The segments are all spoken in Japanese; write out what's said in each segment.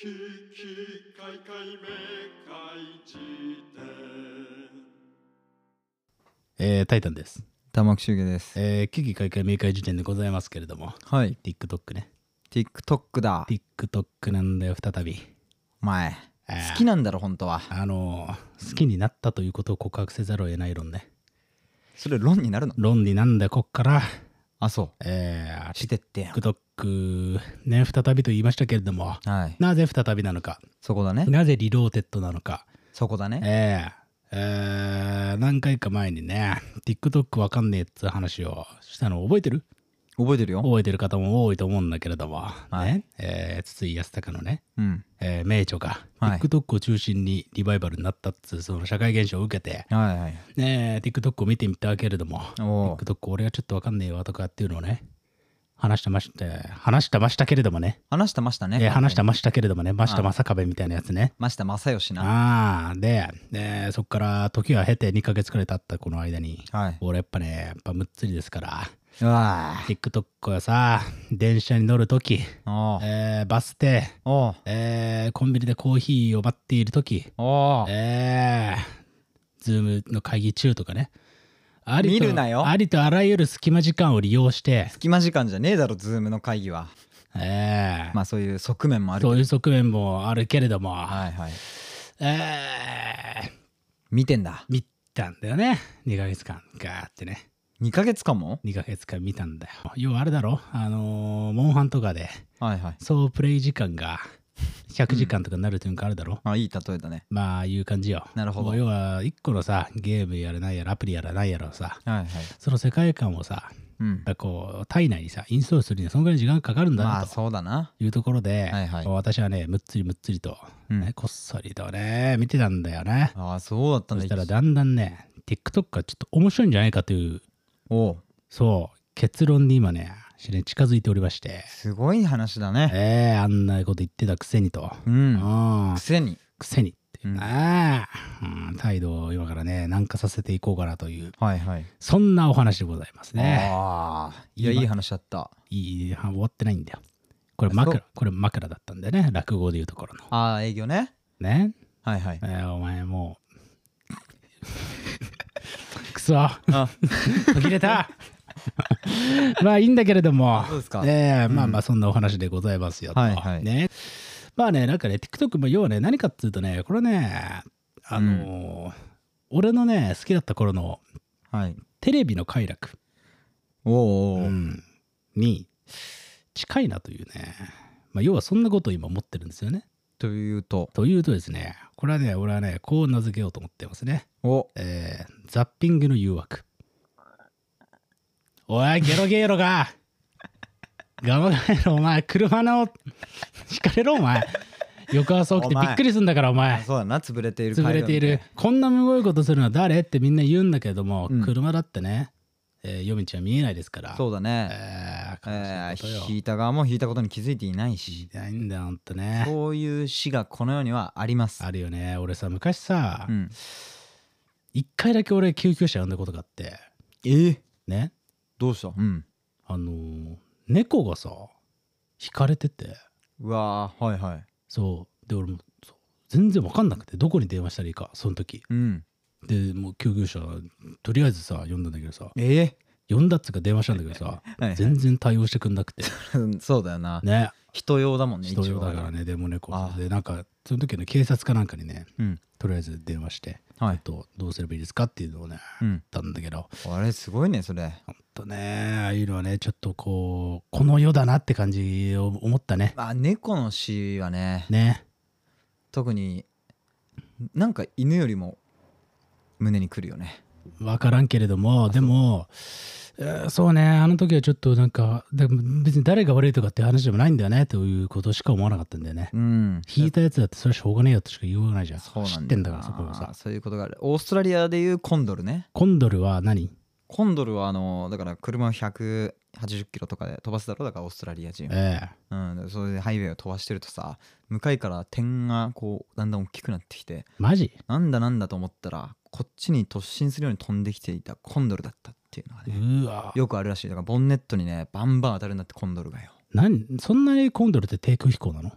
ききかいかいめかいじえー、タイタンです。玉木修介です。えー、危機開会明快時点でございますけれども、はい。 TikTok ね。 TikTok だ。 TikTok なんだよ、再び。お前、えー好きなんだろ、本当は。あのー、好きになったということを告白せざるを得ない論ね。それ論になるの論理なんだよ、こっから。あ、そえう。してってやん。ー、TikTok ね、再びと言いましたけれども、はい。なぜ再びなのか、そこだね。なぜリローテッドなのか、そこだね。えーえー何回か前にね、TikTok わかんねえっつう話をしたの覚えてる覚えてるよ。覚えてる方も多いと思うんだけれども、はいねえー筒井康隆のね、うん。えー名著がはい TikTok を中心にリバイバルになったっつうその社会現象を受けて、はいはい。ねえ、TikTok を見てみたけれどもおう TikTok 俺はちょっとわかんねえわとかっていうのをね話してまして話してましたけれどもね、話してましたね。えー話してまましたけれどもねましたまさかべみたいなやつねした正義な。ああで、えーそっから時は経て2ヶ月くらい経ったこの間に、はい俺やっぱねやっぱむっつりですからうわ TikTok はさ電車に乗る時あ。おう。えーバス停、おう。えーコンビニでコーヒーを待っている時おう。えー、ズームの会議中とかねありと見るなよありとあらゆる隙間時間を利用して、隙間時間じゃねえだろ、ズームの会議は。えーまあそういう側面もあるそけうど。いう側面もあるけれども、はいはい。えー見てんだ。見たんだよね2ヶ月間ガーってね2ヶ月間も2ヶ月間見たんだよ要はあれだろあのーモンハンとかではいはい。総プレイ時間が100時間とかになるというかあるだろ、あ、いい例えだね。まあいう感じよ。なるほどもう要は一個のさゲームやらないやらアプリやらないやらをさはいはい。その世界観をさうん。やっぱこう体内にさインストールするにはそのぐらい時間がかかるんだまあなとそうだな。いうところで、はいはいこう私はねむっつりむっつりと、うんねこっそりとね見てたんだよね。ああ、そうだったんそだ。したらだんだんね TikTok がちょっと面白いんじゃないかというおう。そう結論に今ね知れ近づいておりましてすごい話だね。えー、あんなこと言ってたくせにと。う。うんんくせに。くせにっていううんね、うん態度を今からね軟化させていこうかなというはいはい。そんなお話でございますねああ。いや、今いい話だった。いい終わってないんだよこれあそう枕これ枕だったんだよね落語でいうところのああ、営業ね。ね、はいはいえ。ーお前も うくそあ、途切れたまあいいんだけれど もそうですかええまあまあそんなお話でございますよと、はいはいねまあねなんかね TikTok も要はね何かっていうとねこれねあのー俺のね好きだった頃のはい。テレビの快楽、おうおううおう。んに近いなというね、まあ、要はそんなことを今思ってるんですよね。というと、というとですねこれはね俺はねこう名付けようと思ってますね。お、えーザッピングの誘惑。おいゲロゲロがガマガエロお前車のひかれろお前翌朝起きてびっくりするんだからお前あそうだな、潰れている。潰れている。こんなむごいことするのは誰ってみんな言うんだけれども、うん車だってね、えー夜道は見えないですからそうだね。えーえ悲しいことーよ。引いた側も引いたことに気づいていないいし、ないんだよ、ほんとね。そういう死がこの世にはあります。あるよね。俺さ、昔さう、ん。一、回だけ俺救急車呼んだことがあって、えーね、どうしたうん。あのー猫がさ、引かれてて、うわーはいはい。そう。で、俺も、そう全然わかんなくて、どこに電話したらいいか、その時。うん。で、もう救急車、とりあえずさ、呼んだんだけどさ、ええ呼んだっつうか電話したんだけどさ、はい全然対応してくんなくて、 そうだよな。ね、人用だもんね、人用だからね。ね、でも猫ああで、なんか、その時の警察かなんかにね、うん。とりあえず電話して、はい。とどうすればいいですかっていうのをね、うん。言ったんだけど、あれ、すごいね、それ。ほんとね、ああいうのはね、ちょっとこう、この世だなって感じを思ったね。あ猫の死はねね。特になんか犬よりも胸にくるよねわからんけれども、でも、えーそうね、あの時はちょっとなんか、でも別に誰が悪いとかっていう話でもないんだよね、ということしか思わなかったんだよね。うん引いたやつだってそれはしょうがねえよとしか言わないじゃん。そうなんだ知よってんだから、そこはさ。そういうことがあるオーストラリアでいうコンドルねコンドルは何コンドルはあのだから車を180キロとかで飛ばすだろだからオーストラリア人は、えうん、それでハイウェイを飛ばしてるとさ向かいから点がこうだんだん大きくなってきてえマジなんだなんだと思ったらこっちに突進するように飛んできていたコンドルだったっていうのがねうわ。よくあるらしいだからボンネットにねバンバン当たるんだってコンドルがよ何そんなにコンドルって低空飛行なの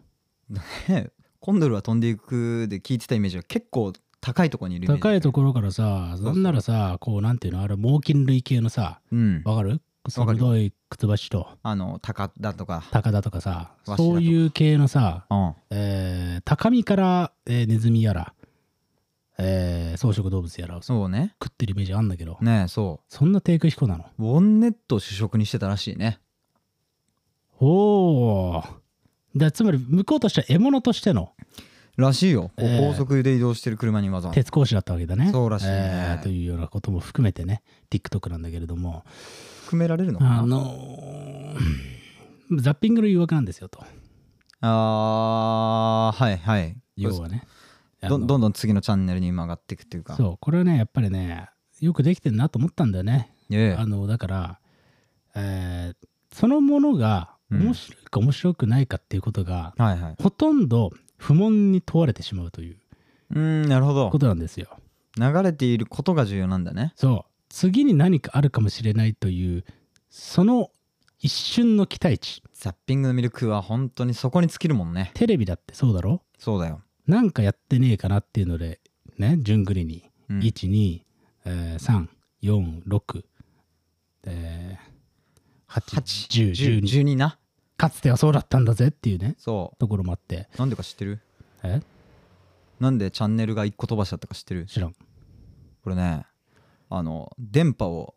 ねコンドルは飛んでいくで聞いてたイメージは結構高いところにいるイメージ高いところからさ、そうなんならさ、こう、なんていうの、あれ、猛禽類系のさ、うんわかるわかるよ鋭いくつばしとあの高田とか高田とかさ、わしだとかそういう系のさ、うんえー高みから、えーネズミやら、えー草食動物やら、食そうねってるイメージあんだけど、ねえそそんな低空飛行なのうウォンネットを主食にしてたらしいねおーだつまり向こうとしては獲物としてのらしいよ、こうええ高速で移動してる車にわざわざ鉄格子だったわけだね。そうらしいねえーというようなことも含めてね TikTok なんだけれども含められるのかなあのーザッピングの誘惑なんですよとあーはいはい要はね。どあのどんどん次のチャンネルに曲がっていくというかそうこれはねやっぱりねよくできてるなと思ったんだよね。ええあのだから、えーそのものがうん面白いか面白くないかっていうことが、はいはいほとんど不問に問われてしまうといううーんなるほどことなんですよ。流れていることが重要なんだねそう次に何かあるかもしれないというその一瞬の期待値ザッピングの魅力は本当にそこに尽きるもんねテレビだってそうだろそうだよ、なんかやってねえかなっていうのでね順繰りに、うん12346え八ー、81012 12なかつてはそうだったんだぜっていうねそところもあってうなんでか知ってるえなんでチャンネルが一個飛ばしだったか知ってる知らんこれねあの電波を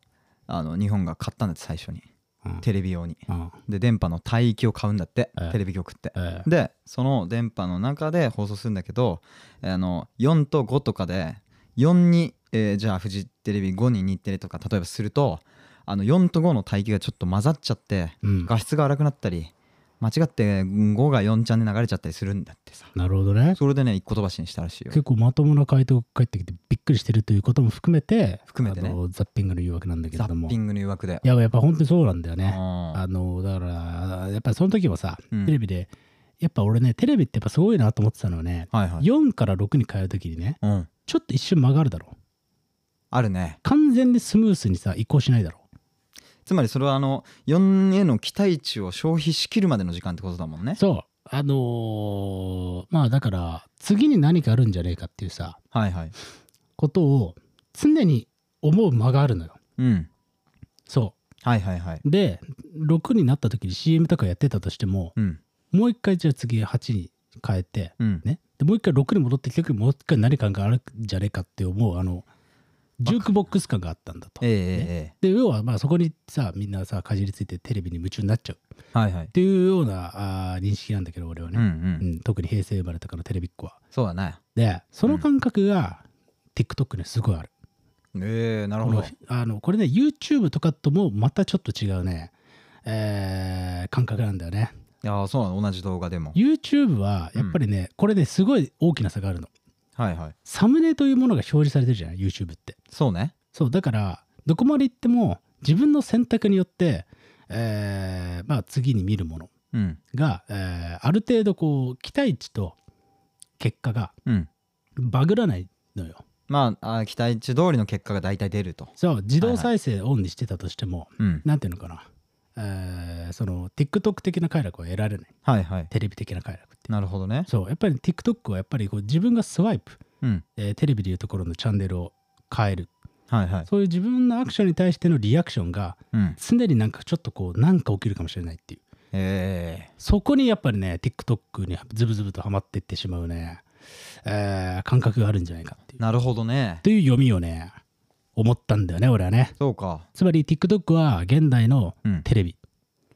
あの日本が買ったんだって最初にうんテレビ用にうんで電波の帯域を買うんだってええテレビ局ってえーでその電波の中で放送するんだけどあの4と5とかで4に、えーじゃあフジテレビ5に日テレとか例えばするとあの4と5の帯域がちょっと混ざっちゃってうん画質が荒くなったり間違って5が4ちゃんで流れちゃったりするんだってさなるほどねそれでね一個飛ばしにしたらしいよ結構まともな回答が返ってきてびっくりしてるということも含めて含めてねあのザッピングの誘惑なんだけれザどもッピングの誘惑でいややっぱ本当にそうなんだよね。ああのだからやっぱりその時もさ、うんテレビでやっぱ俺ねテレビってやっぱすごいなと思ってたのはね、はいはい4から6に変える時にねうんちょっと一瞬曲がるだろうあるね完全にスムースにさ移行しないだろつまりそれはあの4への期待値を消費しきるまでの時間ってことだもんうねそうあのーまあだから次に何かあるんじゃねえかっていうさはいはいことを常に思う間があるのようんそはいはいはいうで6になった時に CM とかやってたとしてもうんもう一回じゃあ次8に変えてうんね、でもう一回6に戻ってきた時にもう一回何かがあるんじゃねえかって思うあのジュークボックス感があったんだと。ええねええで要はまあそこにさみんなさかじりついてテレビに夢中になっちゃうっはいはい。ていうようなあー認識なんだけど俺はうんうね、うんん。特に平成生まれとかのテレビっ子は。そうだね。でその感覚が TikTok にすごいある。ええなるこほのど。あのこれね YouTube とかともまたちょっと違うね、えー感覚なんだよね。いやあそうなの同じ動画でも。 YouTube はやっぱりね、これねすごい大きな差があるの。はいはい。サムネというものが表示されてるじゃない YouTube ってそうね。そうだからどこまで行っても自分の選択によって、えーまあ、次に見るものうんが、えーある程度こう期待値と結果がうん。バグらないのよまああ期待値通りの結果が大体出ると。そう自動再生オンにしてたとしても、うん。なんていうのかな、えーその TikTok 的な快楽は得られないはいはい。テレビ的な快楽ってなるほどね。そうやっぱり TikTok はやっぱりこう自分がスワイプ、うん。えーテレビでいうところのチャンネルを変えるはいはい。そういう自分のアクションに対してのリアクションがうん。常になんかちょっとこうなんか起きるかもしれないっていうええそこにやっぱりね TikTok にズブズブとハマっていってしまうね、えー感覚があるんじゃないかっていうなるほどね。という読みをね思ったんだよね俺はねそうか。つまり TikTok は現代のうん。テレビ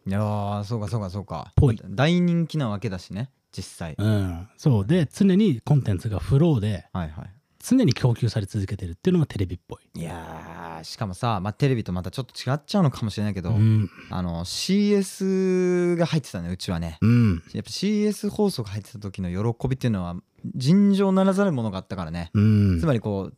いやーそうかそうかそうか。ぽい大人気なわけだしね実際。うんそうで常にコンテンツがフローではいはい。常に供給され続けてるっていうのがテレビっぽいいやーしかもさ、まあ、テレビとまたちょっと違っちゃうのかもしれないけど、うんあの CS が入ってたねうちはね。うんやっぱ CS 放送が入ってた時の喜びっていうのは尋常ならざるものがあったからね、うんつまりこう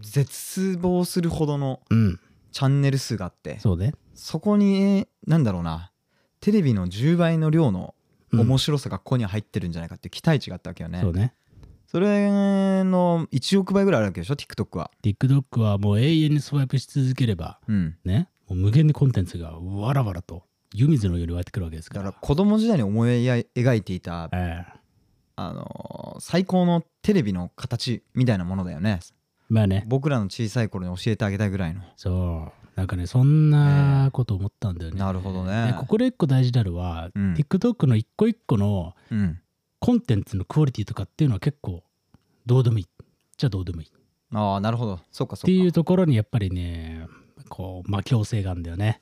絶望するほどのうんチャンネル数があってそそうねこになんだろうなテレビの10倍の量のうん面白さがここには入ってるんじゃないかっていう期待値があったわけよね、そうねそれの1億倍ぐらいあるわけでしょ TikTok は TikTok はもう永遠にスワイプし続ければうんね、もう無限にコンテンツがわらわらと湯水のように湧いてくるわけですかだからら。子供時代に思い描いていたええあの最高のテレビの形みたいなものだよねまあね僕らの小さい頃に教えてあげたいぐらいのそうなんかねそんなこと思ったんだよね、なるほどでねここで一個大事なのは、うん TikTok の一個一個のうんコンテンツのクオリティとかっていうのは結構どうでもいいじゃどうでもいいっああなるほどそっかそっかていうところにやっぱりねこうまあ強制があるんだよね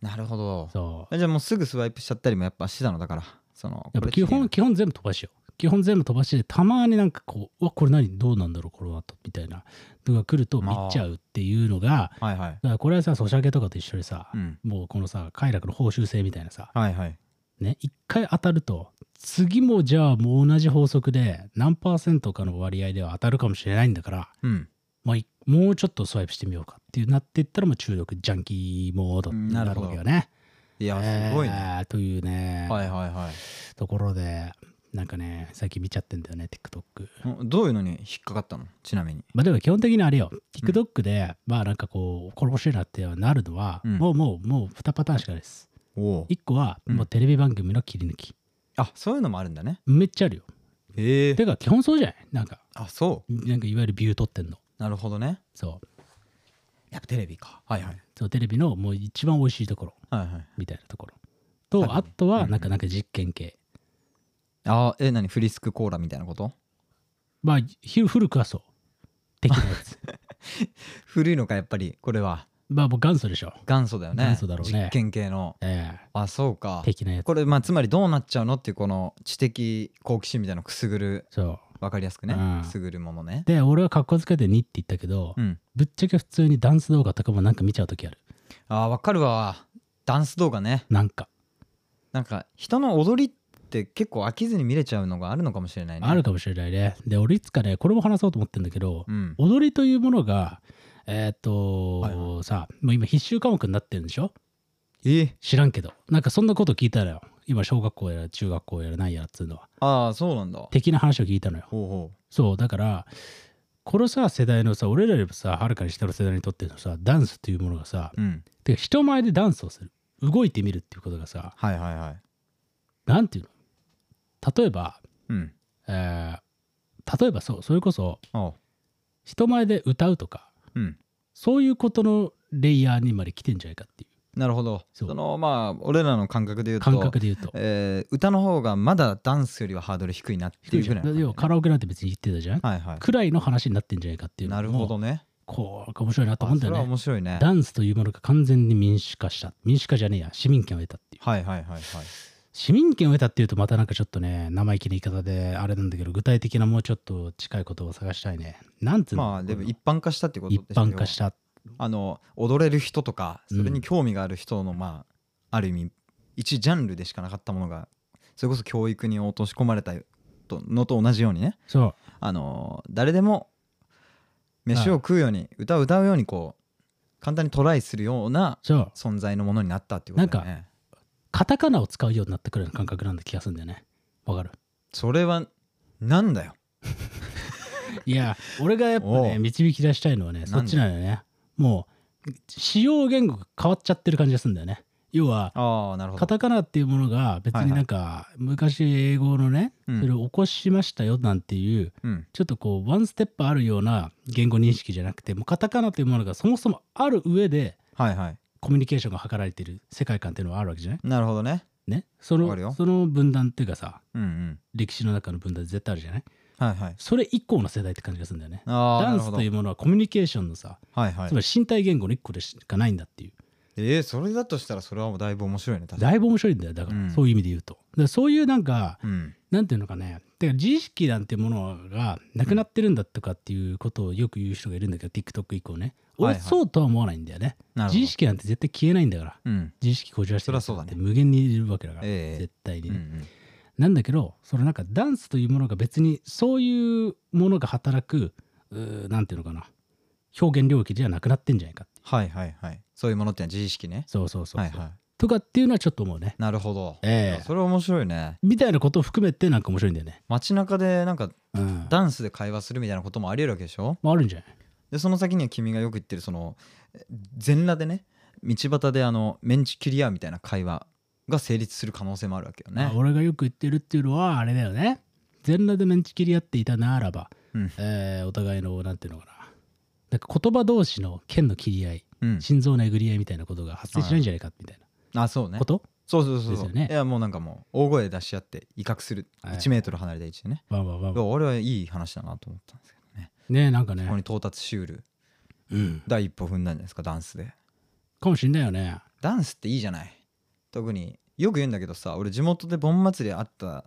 なるほどそうじゃあもうすぐスワイプしちゃったりもやっぱしてたのだからそのやっぱ基これ本聞いて基本全部飛ばしよう基本全部飛ばしてたまになんかこううわこれ何どうなんだろうこれはとみたいなのが来ると見まあちゃうっていうのがはいはいだからこれはさソシャゲとかと一緒でさ、うんもうこのさ快楽の報酬制みたいなさはいはいね一回当たると次もじゃあもう同じ法則で何パーセントかの割合では当たるかもしれないんだからうんもういもうちょっとスワイプしてみようかっていうなっていったらもう中毒ジャンキーモードになるわけよね。いやえーすごいね、というね、はいはいはいところでなんかね最近見ちゃってんだよね TikTok。うんどういうのに引っかかったのちなみにまあでも基本的にあれよ TikTok で、まあなんかこうこれ面白いなってなるのは、うんもうもうもう2パターンしかないです。おお1個はもうテレビ番組の切り抜き。あそういうのもあるんだねめっちゃあるよ。へえてか基本そうじゃないなんかあそなんかいわゆるビュー取ってんの。うなるほどねそう。やっぱテレビかはいはいそうテレビのもう一番美味しいところはいはいみたいなところ。と、あとはなんかなんか実験系。あーえ何フリスクコーラみたいなことまあ、ひ古くはそう。的なや つ。古いのかやっぱりこれはまあ、もう元祖でしょ。元祖だよね元祖だろうね実験系のえあそうかえ的なやつ。これまあつまりどうなっちゃうのっていうこの知的好奇心みたいなのをくすぐるそう。わかりやすくね、うんくすぐるものねで、俺は格好つけて2って言ったけど、うんぶっちゃけ普通にダンス動画とかもなんか見ちゃうときある。あーわかるわダンス動画ねなんか、なんか人の踊りって結構飽きずに見れちゃうのがあるのかもしれないねあるかもしれないね。で、俺いつかね、これも話そうと思ってんだけど、うん踊りというものが、えーっと、はいさ、もう今必修科目になってるんでしょえ知らんけど。なんかそんなこと聞いたらよ。今、小学校やら中学校やらなんやらっつうのは。ああそうなんだほう的な話を聞いたのよ。ほそうだからこのさ世代のさ俺らよりもさはるかに下の世代にとってのさダンスというものがさううんてか人前でダンスをする動いてみるっていうことがさはいはいはいなんていうの例えば、うんえー例えばそうそれこそあ人前で歌うとかうんそういうことのレイヤーにまで来てんじゃないかっていなるほどそそうのまあ俺らの感覚で言ううと感覚で言うと。えー歌の方がまだダンスよりはハードル低いなって低いいうじぐゃんらだいっのて要はカラオケなんて別に言ってたじゃん、はいはくらいの話になってんじゃないかっていいうなるのほどもねこう面白いなと思あうんだそれよはね。面白いねダンスというものが完全に民主化した民主化じゃねえや市民権を得たっていうはいはいはいはい市民権を得たっていうとまたなんかちょっとね生意気な言い方であれなんだけど具体的なもうちょっと近いことを探したいねなんつうのまあでも一般化したってこと一でしょ般化したあの踊れる人とかうんそれに興味がある人の、まあある意味一ジャンルでしかなかったものがそれこそ教育に落とし込まれたとのと同じようにねそうあの誰でも飯を食うように歌を歌うようにこう簡単にトライするようなそう存在のものになったっていうことだよねカタカナを使うようになったくらいの感覚なんだ気がするんだよねわかるそれはなんだよいや俺がやっぱおねう導き出したいのはねそっちなんだよねもう使用言語が変わっちゃってる感じがするんだよね要はああなるほカどタカナっていうものが別になんか昔英語のねうんそれを起こしましたよなんていう、うんちょっとこうワンステップあるような言語認識じゃなくてもうカタカナというものがそもそもある上ではいはいコミュニケーションが図られている世界観っていうのはあるわけじゃないなるほどねねそわかるのよその分断っていうかさうんうん歴史の中の分断絶対あるじゃないはいはいそれ以降の世代って感じがするんだよねああダなンるほスどというものはコミュニケーションのさ、はいはいつまり身体言語の一個でしかないんだっていうえー、それだとしたらそれはもうだいぶ面白いね確かにだいぶ面白いんだよだから、うんそういう意味で言うとでそういうなんかうんなんていうのかねだから自意識なんてものがなくなってるんだとかっていうことをよく言う人がいるんだけど TikTok 以降ね俺、はいはいそうとは思わないんだよねなるほど自意識なんて絶対消えないんだからうん自意識こじらしてるそりゃそうだね無限にいるわけだから、ええ絶対にうんうね、んなんだけどそのなんかダンスというものが別にそういうものが働くうーなんていうのかな表現領域ではなくなってんじゃないかってはいはいはいそういうものってのは自意識ねそうそうそうそう、はいはいとかっていうのはちょっと思うねなるほど、ええそれ面白いねみたいなことを含めてなんか面白いんだよね街中でなんかうんダンスで会話するみたいなこともありえるわけでしょまああるんじゃないでその先には君がよく言ってるそのえ全裸でね道端であのメンチ切り合うみたいな会話が成立する可能性もあるわけよまあね俺がよく言ってるっていうのはあれだよね全裸でメンチ切り合っていたならば、うんえーお互いのなんていうのかななんか言葉同士の剣の切り合いうん、心臓のえぐり合いみたいなことが発生しないんじゃないかみたいあそうねなこと、そうそうそうですそう、よねいやもうなんかもう大声で出し合って威嚇する、はい1メートル離れた位置でねわんわんわんいや俺はいい話だなと思ったんですけどねねなんかここにね、到達しうるうん、第一歩踏んだんじゃないですかダンスでかもしんないよねダンスっていいじゃない特によく言うんだけどさ俺地元で盆祭りあった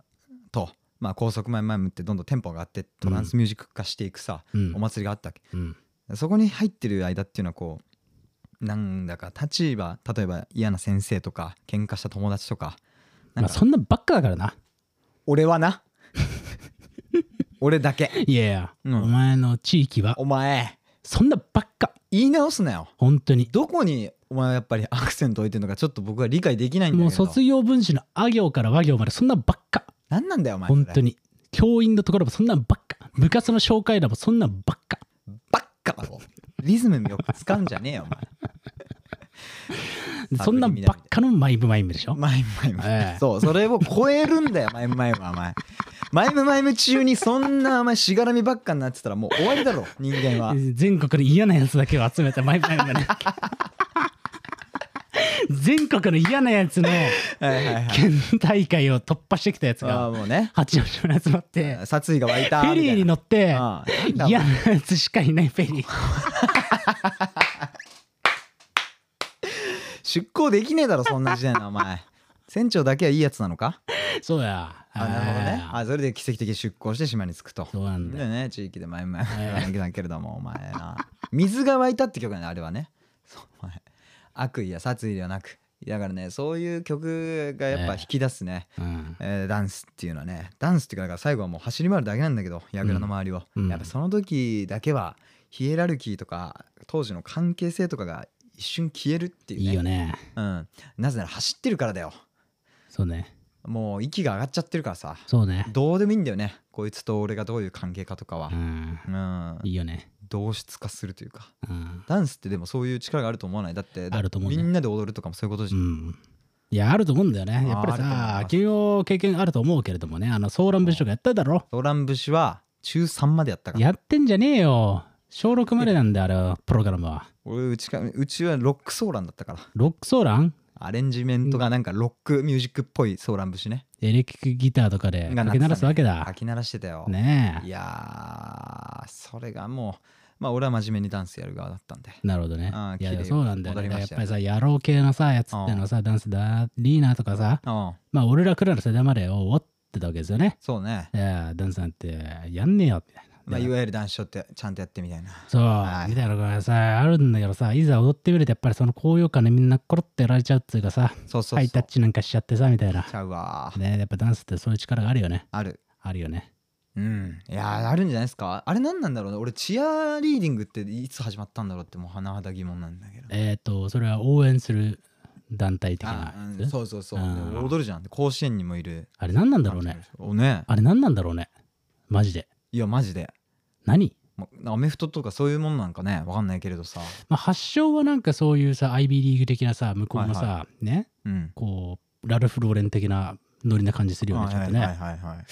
とまあ高速前前向ってどんどんテンポが上がってトランスミュージック化していくさ、うんお祭りがあったわけうんそこに入ってる間っていうのはこうなんだか立場例えば嫌な先生とか喧嘩した友達とかなまんあ、かそんなばっかだからな俺はな俺だけいやいや、うんお前の地域はお前そんなばっか言い直すなよ本当にどこにお前はやっぱりアクセント置いてるのかちょっと僕は理解できないんだけどもう卒業文集のあ行から和行までそんなばっか何なんだよお前それ本当に教員のところもそんなばっか部活の紹介だもそんなばっかばっかだろリズムよく使うんじゃねえよお前でそサークんルなに見ないばっかのマイムマイムでしょマイムマイム、ええそうそれを超えるんだよマイムマイムはお前マイムマイム中にそんなお前しがらみばっかになってたらもう終わりだろ人 間は全国の嫌なやつだけを集めたマイムマイムがね 全国の嫌なやつの はいはいはい県大会を突破してきたやつああがもうね八王子まで集まって殺意が湧いフたェリーに乗ってああ嫌なやつしかいないフェリー出航できねえだろそんな時代のお前船長だけはいいやつなのか そうやあなるほどねえーあそれで奇跡的に出航して島に着くとそうなんだよだよね地域でマイムマイムえだけれどもお前な水が湧いたって曲だねあれはねそうお前悪意や殺意ではなくだからねそういう曲がやっぱええ引き出すね、うんえーダンスっていうのはねダンスっていうかだから最後はもう走り回るだけなんだけど櫓の周りを、うんやっぱその時だけはヒエラルキーとか当時の関係性とかが一瞬消えるっていういねいよねうん、なぜなら走ってるからだよそうねもう息が上がっちゃってるからさそうねどうでもいいんだよねこいつと俺がどういう関係かとかはう、んうんいいよね同質化するというかうんダンスってでもそういう力があると思わないだってあると思うねみんなで踊るとかもそういうことじうゃん、んいやあると思うんだよねやっぱりあさあると君も経験あると思うけれどもねあのソーラン節とかやっただろソーラン節は中3までやったからやってんじゃねえよ小6までなんだよあれはプログラムは俺うちかうちはロックソーランだったからロックソーランアレンジメントがなんかロックミュージックっぽいソーラン節ねエレキックギターとかでかけ鳴らすわけ書だき鳴らしてたよ、ねいやーそれがもうまあ俺は真面目にダンスやる側だったんでえなるほどねああいや綺麗そうなんだよ踊ねりやまっしたぱよりさ野郎系のさやつってのはさダンスだリーナーとかさうんまあ俺らくらいの世代までを追ってたわけですよねそうねいやダンスなんてやんねえよみたいなまあ、いわゆる男子とってちゃんとやってみたいなそう、はいみたいなのがさあるんだけどさいざ踊ってみるとやっぱりその高揚感でみんなコロッとやられちゃうっていうかさそうそうそうハイタッチなんかしちゃってさみたいなちゃうわねやっぱダンスってそういう力があるよねあるあるよねうんいやーあるんじゃないですかあれ何なんだろうね俺チアリーディングっていつ始まったんだろうってもう甚だ疑問なんだけどえっ、とそれは応援する団体的あなうんやつあ,、そうそうそうあでー踊るじゃん甲子園にもいるれ何なんだろうねおねあれ何なんだろうねマジでいやマジで何、まアメフトとかそういうもんなんかねわかんないけれどさまあ、発祥はなんかそういうさ IB リーグ的なさ向こうのさ、はいねうんこうラルフ・ローレン的なノリな感じするよねちょっとね、はいはいはいはい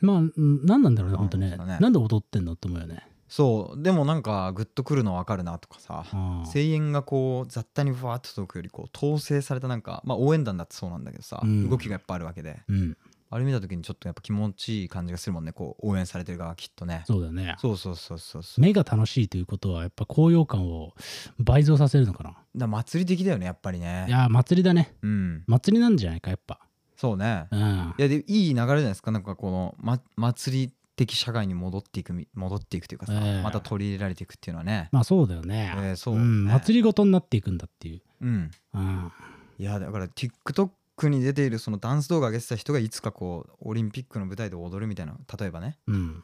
まあうん何なんだろうねうん本当ねそうだねなんで踊ってんのって思うよねそうでもなんかグッとくるのわかるなとかさうん声援がこう雑多にふわっと届くよりこう統制されたなんかまあ応援団だってそうなんだけどさ、うん動きがやっぱあるわけでうんあれ見た時にちょっとやっぱ気持ちいい感じがするもんねこう応援されてる側きっとねそうだねそうそうそうそうそう目が楽しいということはやっぱ高揚感を倍増させるのかなだから祭り的だよねやっぱりいねやー祭りだねうん祭りなんじゃないかやっぱそうねうんいやでいい流れじゃないですかなんかこの、ま、祭り的社会に戻っていくみ戻っていくというかさ、ええまた取り入れられていくっていうのはね、まあそうだよね、ええそう、ん、ね祭りごとになっていくんだっていう、うんうん、いやだから TikTok に出ているそのダンス動画上げてた人がいつかこうオリンピックの舞台で踊るみたいな例えばねうん、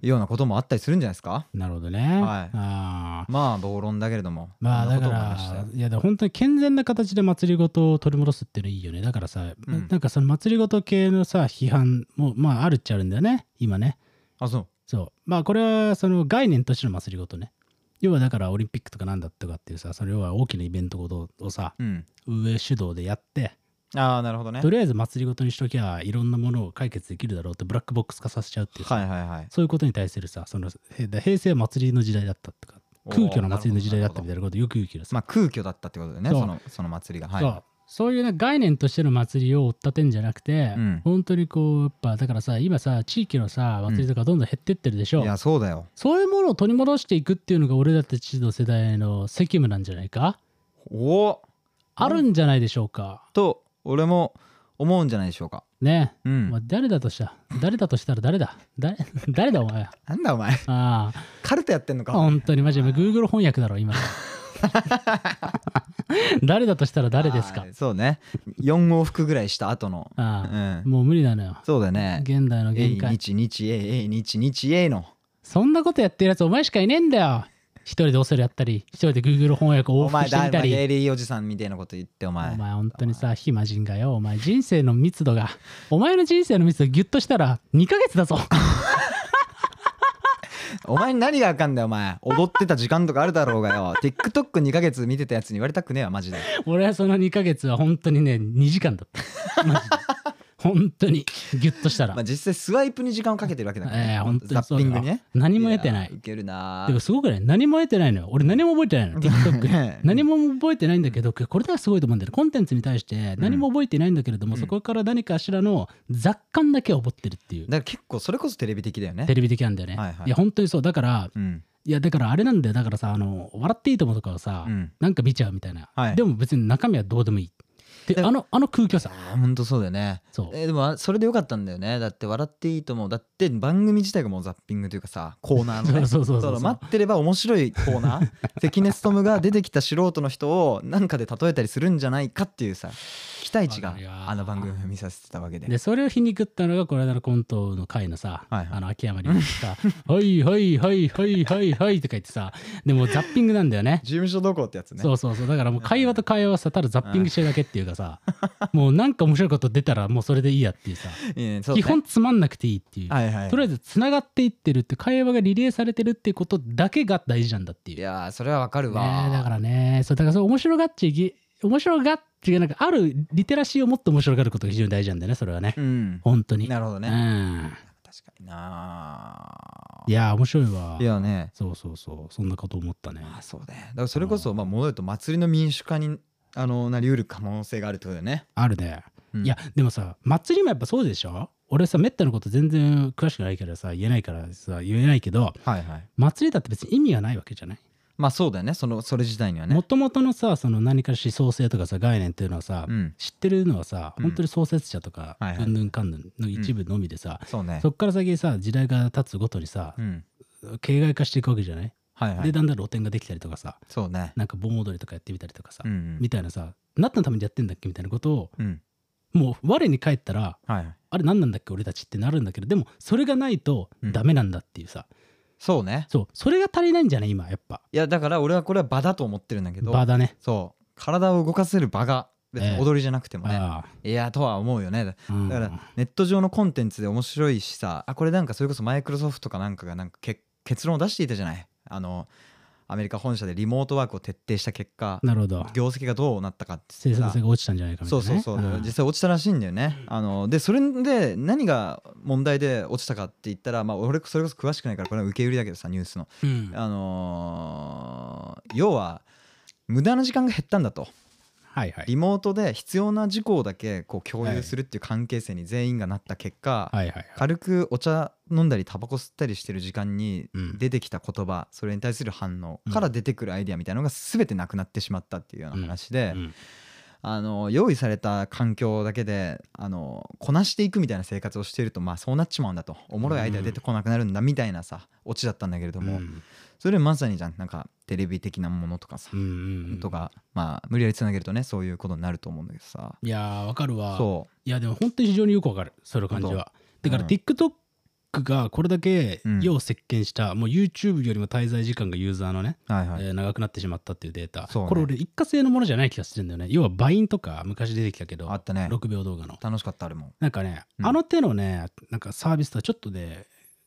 ようなこともあったりするんじゃないですかなるほどね、はいあーまあ暴論だけれどもまあそだんかなこと思いましたらよいやで本当に健全な形で祭りごとを取り戻すっていうのいいよねだからさ、うんなんかその祭りごと系のさ批判もまああるっちゃあるんだよね今ねあそうそうまあこれはその概念としての祭りごとね要はだからオリンピックとかなんだとかっていうさその要は大きなイベントごとをさうん上主導でやってああなるほどねとりあえず祭りごとにしときゃいろんなものを解決できるだろうってブラックボックス化させちゃうっていうさ、はいはいはいそういうことに対するさそのへだ平成は祭りの時代だったとかおー空虚な祭りの時代だったみたいなことよく言うけどさまあ空虚だったってことでねそうそのその祭りがはいそうそういうね概念としての祭りを追ったてんじゃなくて、うん本当にこうやっぱだからさ今さ地域のさ祭りとかどんどん減ってってるでしょ、いやそうだよそういうものを取り戻していくっていうのが俺らたちの世代の責務なんじゃないかおおあるんじゃないでしょうかと俺も思うんじゃないでしょうかねうん、まあ、誰だとした誰だとしたら誰だ誰誰だお前はなんだお前 あカルテやってんのあか本当にマジで Google 翻訳だろ 今の誰だとしたら誰ですかはいそうね4往復ぐらいした後のうああ、んもう無理なのよそうだね現代のえ限い界日日えいえい日日えいのそんなことやってるやつお前しかいねえんだよ一人でオセロやったり一人で Google 翻訳往お復前してだみたゲりイリーおじさんみたいなこと言ってお前お前本当にさ暇人がよお前人生の密度がお前の人生の密度ギュッとしたら2ヶ月だぞ お前に何があかんだよお前踊ってた時間とかあるだろうが よ TikTok2 ヶ月見てたやつに言われたくねえわマジで俺はその2ヶ月は本当にね2時間だったマジで本当にギュッとしたら、まあ実際スワイプに時間をかけてるわけだから、ええ本当ザにッそうピだよングにね何も得てないやウケるなでもすごくない何も得てないのよ俺何も覚えてないの TikTok ね何も覚えてないんだけどこれがすごいと思うんだよねコンテンツに対して何も覚えてないんだけれども、うんそこから何かしらの雑感だけを覚ってるっていう、だから結構それこそテレビ的だよねテレビ的なんだよね、はいいはいや本当にそうだからうんいやだからあれなんだよだからさあの「笑っていいとも」とかをさ、うんなんか見ちゃうみたいな、はいでも別に中身はどうでもいいでだあのあの空虚さあ本当そうだよねそうえーでもあそれでよかったんだよねだって「笑っていいと思う」だって番組自体がもうザッピングというかさコーナー のそねうそうそうそそううだ待ってれば面白いコーナー 関根勤が出てきた素人の人を何かで例えたりするんじゃないかっていうさ期待値わがかるよあの番組を見させてたわけででそれを皮肉ったのがこの間のコントの回のさ、はいはいあの秋山にさ 「はいはいはいはいはいはい」とか言ってさでもうザッピングなんだよね事務所どこってやつねそうそうそうだからもう会話と会話はさただザッピングしてるだけっていうか さもうなんか面白いこと出たらもうそれでいいやっていうさいいねそうね基本つまんなくていいっていう、はいはいとりあえずつながっていってるって会話がリレーされてるっていうことだけが大事なんだっていういやーそれはわかるわねえだからねそうだからそう面白がっちゃいけ面白がっちゃなんかあるリテラシーをもっと面白がることが非常に大事なんだよねそれはね、うん本当になるほどうねん確かにないやー面白いわいやねそうそうそうそんなこと思ったねまあそうだよだからそれこそまあ戻ると祭りの民主化にあのなりうる可能性があるってことだよねあるね、うんいやでもさ祭りもやっぱそうでしょ俺さめったなこと全然詳しくないからさ言えないからさ言えないけどはいはい祭りだって別に意味がないわけじゃないまあそうだよねそのそれ自体にはねもともとのさその何か思想性とかさ概念っていうのはさ、うん知ってるのはさうん本当に創設者とかはいはいうんぬんかんぬんの一部のみでさ、そうねそっから先さ時代が経つごとにさ、うん形骸化していくわけじゃない、はいはでいだんだん露店ができたりとかさそうねなんか盆踊りとかやってみたりとかさ、うんうんみたいなさ何のためにやってんだっけみたいなことをうんもう我に返ったらはいはいあれ何なんだっけ俺たちってなるんだけどでもそれがないとうんダメなんだっていうさ、そうねそうそれが足りないんじゃない今やっぱいやだから俺はこれは場だと思ってるんだけど場だねそう体を動かせる場が別えにえ踊りじゃなくてもね、あいやとは思うよねだあ、うん、だからネット上のコンテンツで面白いしさあこれなんかそれこそマイクロソフトかなんかがなんかけ結論を出していたじゃないあのアメリカ本社でリモートワークを徹底した結果なるほど業績がどうなったかって生さ産性が落ちたんじゃないかみたそいうな、ね、そうそう、ん実際落ちたらしいんだよね。あのでそれで何が問題で落ちたかって言ったら、まあ、俺それこそ詳しくないからこれは受け売りだけどさニュースの。うんあのー要は無駄な時間が減ったんだとはいはいリモートで必要な事項だけこう共有するっていう関係性に全員がなった結は果、いはいはい軽くお茶飲んだりタバコ吸ったりしてる時間にうん出てきた言葉、それに対する反応うんから出てくるアイデアみたいなのが全てなくなってしまったっていうような話で、うんあの用意された環境だけであのこなしていくみたいな生活をしていると、まあ、そうなっちまうんだとおもろいアイデア出てこなくなるんだみたいなさ、オチだったんだけれども。うんそれまさにじゃんなんかテレビ的なものとかさ、うんうんうんとかまあ無理やりつなげるとねそういうことになると思うんだけどさいやーわかるわそいやでも本当に非常によくわかるその感じはだ当からうん TikTok がこれだけうんよう席巻した、もう YouTube よりも滞在時間がユーザーのね、うはいはい、えー長くなってしまったっていうデータ、そうねこれ俺一過性のものじゃない気がするんだよね要はバインとか昔出てきたけどあったね6秒動画の楽しかったあれもなんかね、うんあの手のねなんかサービスとはちょっとね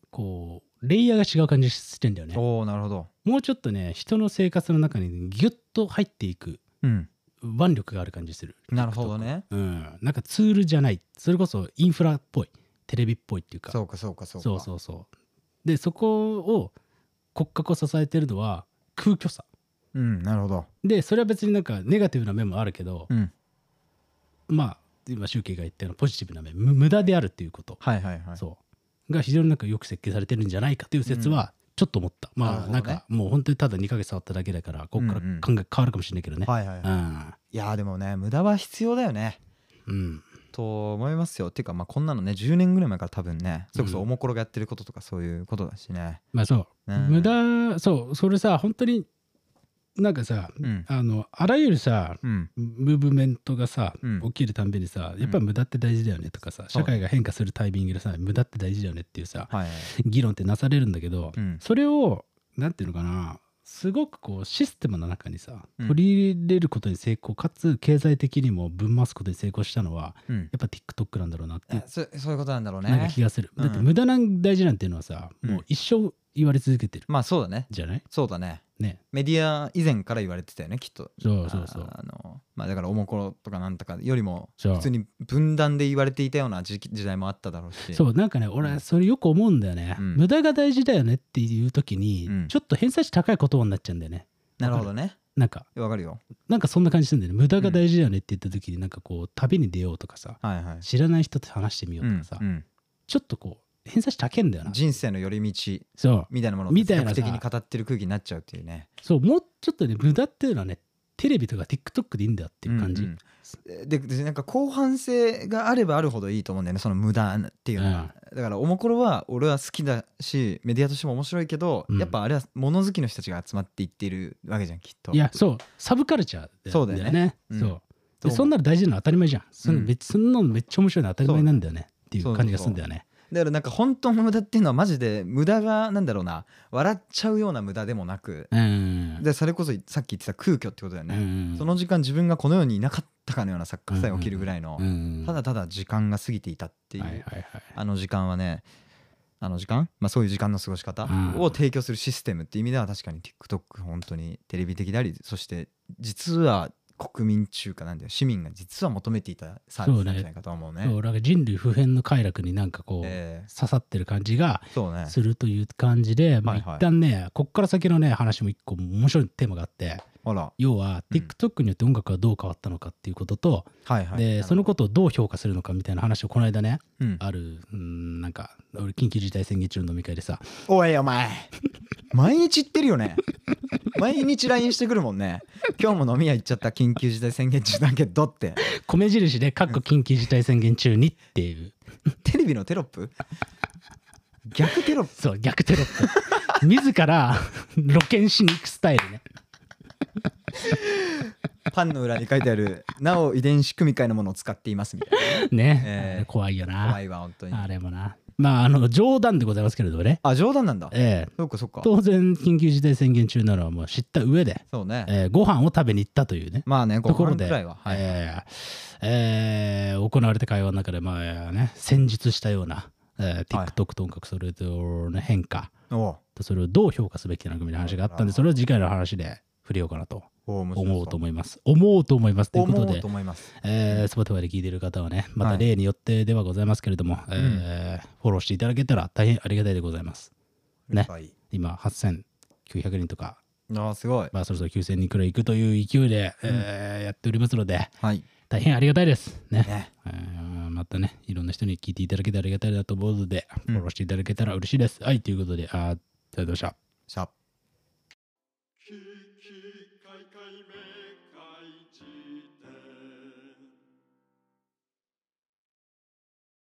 こうレイヤーが違う感じしてんだよねおおなるほどもうちょっとね人の生活の中にギュッと入っていくうん腕力がある感じするなるほどねうんなんかツールじゃないそれこそインフラっぽいテレビっぽいっていうかそうかそうかそうかそうそうそうでそこを骨格を支えてるのは空虚さうんなるほどでそれは別になんかネガティブな面もあるけど、うんまあ今集計が言ったようなポジティブな面む無駄であるっていうこと、はいはいはいそうが非常になんかよく設計されてるんじゃないかという説はちょっと思った、なるまあほどなねんかもう本当にただ2ヶ月触っただけだからここからうんうん考え変わるかもしれないけどね、はいはいはいいやーでもね無駄は必要だよねうん、うん、と思いますよっていうかまあこんなのね10年ぐらい前から多分ねそれこそおもころがやってることとかそういうことだしね、まあそう、うん無駄そうそれさ本当になんかさ、うんあのあらゆるさうん、ムーブメントがさ、うん起きるたんびにさやっぱり無駄って大事だよねとかさ、社会が変化するタイミングでさ無駄って大事だよねっていうさはいはい議論ってなされるんだけど、うんそれをなんていうのかなすごくこうシステムの中にさうん取り入れることに成功かつ経済的にも分回すことに成功したのはうんやっぱ TikTok なんだろうなっていうあそそういうことなんだろうなんかね気がする、うんだって無駄な大事なんていうのはさ、うんもう一生言われ続けてるまあそうだねじゃないそうだねねメディア以前から言われてたよねきっとそうそうそうあのまあだからおもころとかなんとかよりもそう普通に分断で言われていたような時期時代もあっただろうしそうなんかねう俺んそれよく思うんだよね、うん無駄が大事だよねっていう時に、うんちょっと偏差値高い言葉になっちゃうんだよねなるほどねなんかわかるよなんかそんな感じするんだよね無駄が大事だよねって言った時になんかこう旅に出ようとかさはいはい知らない人と話してみようとかさ、うんうんちょっとこう偏差値高いんだよな人生の寄り道そうみたいなものをみ比たいなさ較的に語ってる空気になっちゃうっていうねそうもうちょっとね無駄っていうのはねテレビとか TikTok でいいんだっていう感じ、うんうんででなんか後半性があればあるほどいいと思うんだよねその無駄っていうのは、だからおもころは俺は好きだしメディアとしても面白いけど、うんやっぱあれは物好きの人たちが集まっていっているわけじゃんきっといやそうサブカルチャーだよねそうだよねうんそうどうでもそんなの大事なの当たり前じゃんそんなうんめ、そんなのめっちゃ面白いの当たり前なんだよねっていう感じがするんだよねだからなんか本当の無駄っていうのはマジで無駄がなんだろうな笑っちゃうような無駄でもなくうんでそれこそさっき言ってた空虚ってことだようね、んその時間自分がこの世にいなかったかのような錯覚さえ起きるぐらいの、うんただただ時間が過ぎていたっていう、はいはいはいあの時間はねあの時間、まあ、そういう時間の過ごし方うんを提供するシステムって意味では確かに TikTok 本当にテレビ的でありそして実は国民中華なんだよ市民が実は求めていたサービスなんじゃないかと思うね。そうなんか人類普遍の快楽になんかこう、え刺さってる感じがえそうね。するという感じで、まあ、はい一はい旦ね、こっから先のね話も一個面白いテーマがあってあら、要はうん TikTok によって音楽がどう変わったのかっていうことと、はいはい。でそのことをどう評価するのかみたいな話をこの間ねうん、あるうんなんか俺緊急事態宣言中の飲み会でさおいお前毎日言ってるよね毎日 LINE してくるもんね今日も飲み屋行っちゃった緊急事態宣言中だけどって米印で「かっこ緊急事態宣言中に」っていうテレビのテロップ逆テロップそう逆テロッ プ自ら露見しに行くスタイルねパンの裏に書いてあるなお遺伝子組み換えのものを使っていますみたいなねね、えーあれ怖いよな怖いわ本当にあれもなまああの冗談でございますけれどもねあ冗談なんだええそうかそうか当然緊急事態宣言中なのはもう知った上で、そうねえーご飯を食べに行ったというね、まあねとこ5ろ分で、くらいははいえーえー行われた会話の中で、まあえーね、戦術したような、えーはい TikTok と音楽それの変化おうとそれをどう評価すべきなのかみたいな話があったんでそれは次回の話で触れようかなとおう面白思うとそう思います思うと思いますということ思うでと思いますえー、Spotify で聞いてる方はねまはたい例によってではございますけれども、えーフォローしていただけたら大変ありがたいでございますねはい今8900人とかああすごいまあ、そろそろ9000人くらい行くという勢いで、えーやっておりますので、はい大変ありがたいです。ね。ねえーまたね、いろんな人に聞いていただけたらありがたいなと思うので、フォローしていただけたら嬉しいです。はい、ということで、あーありがとうございました。シャープ聞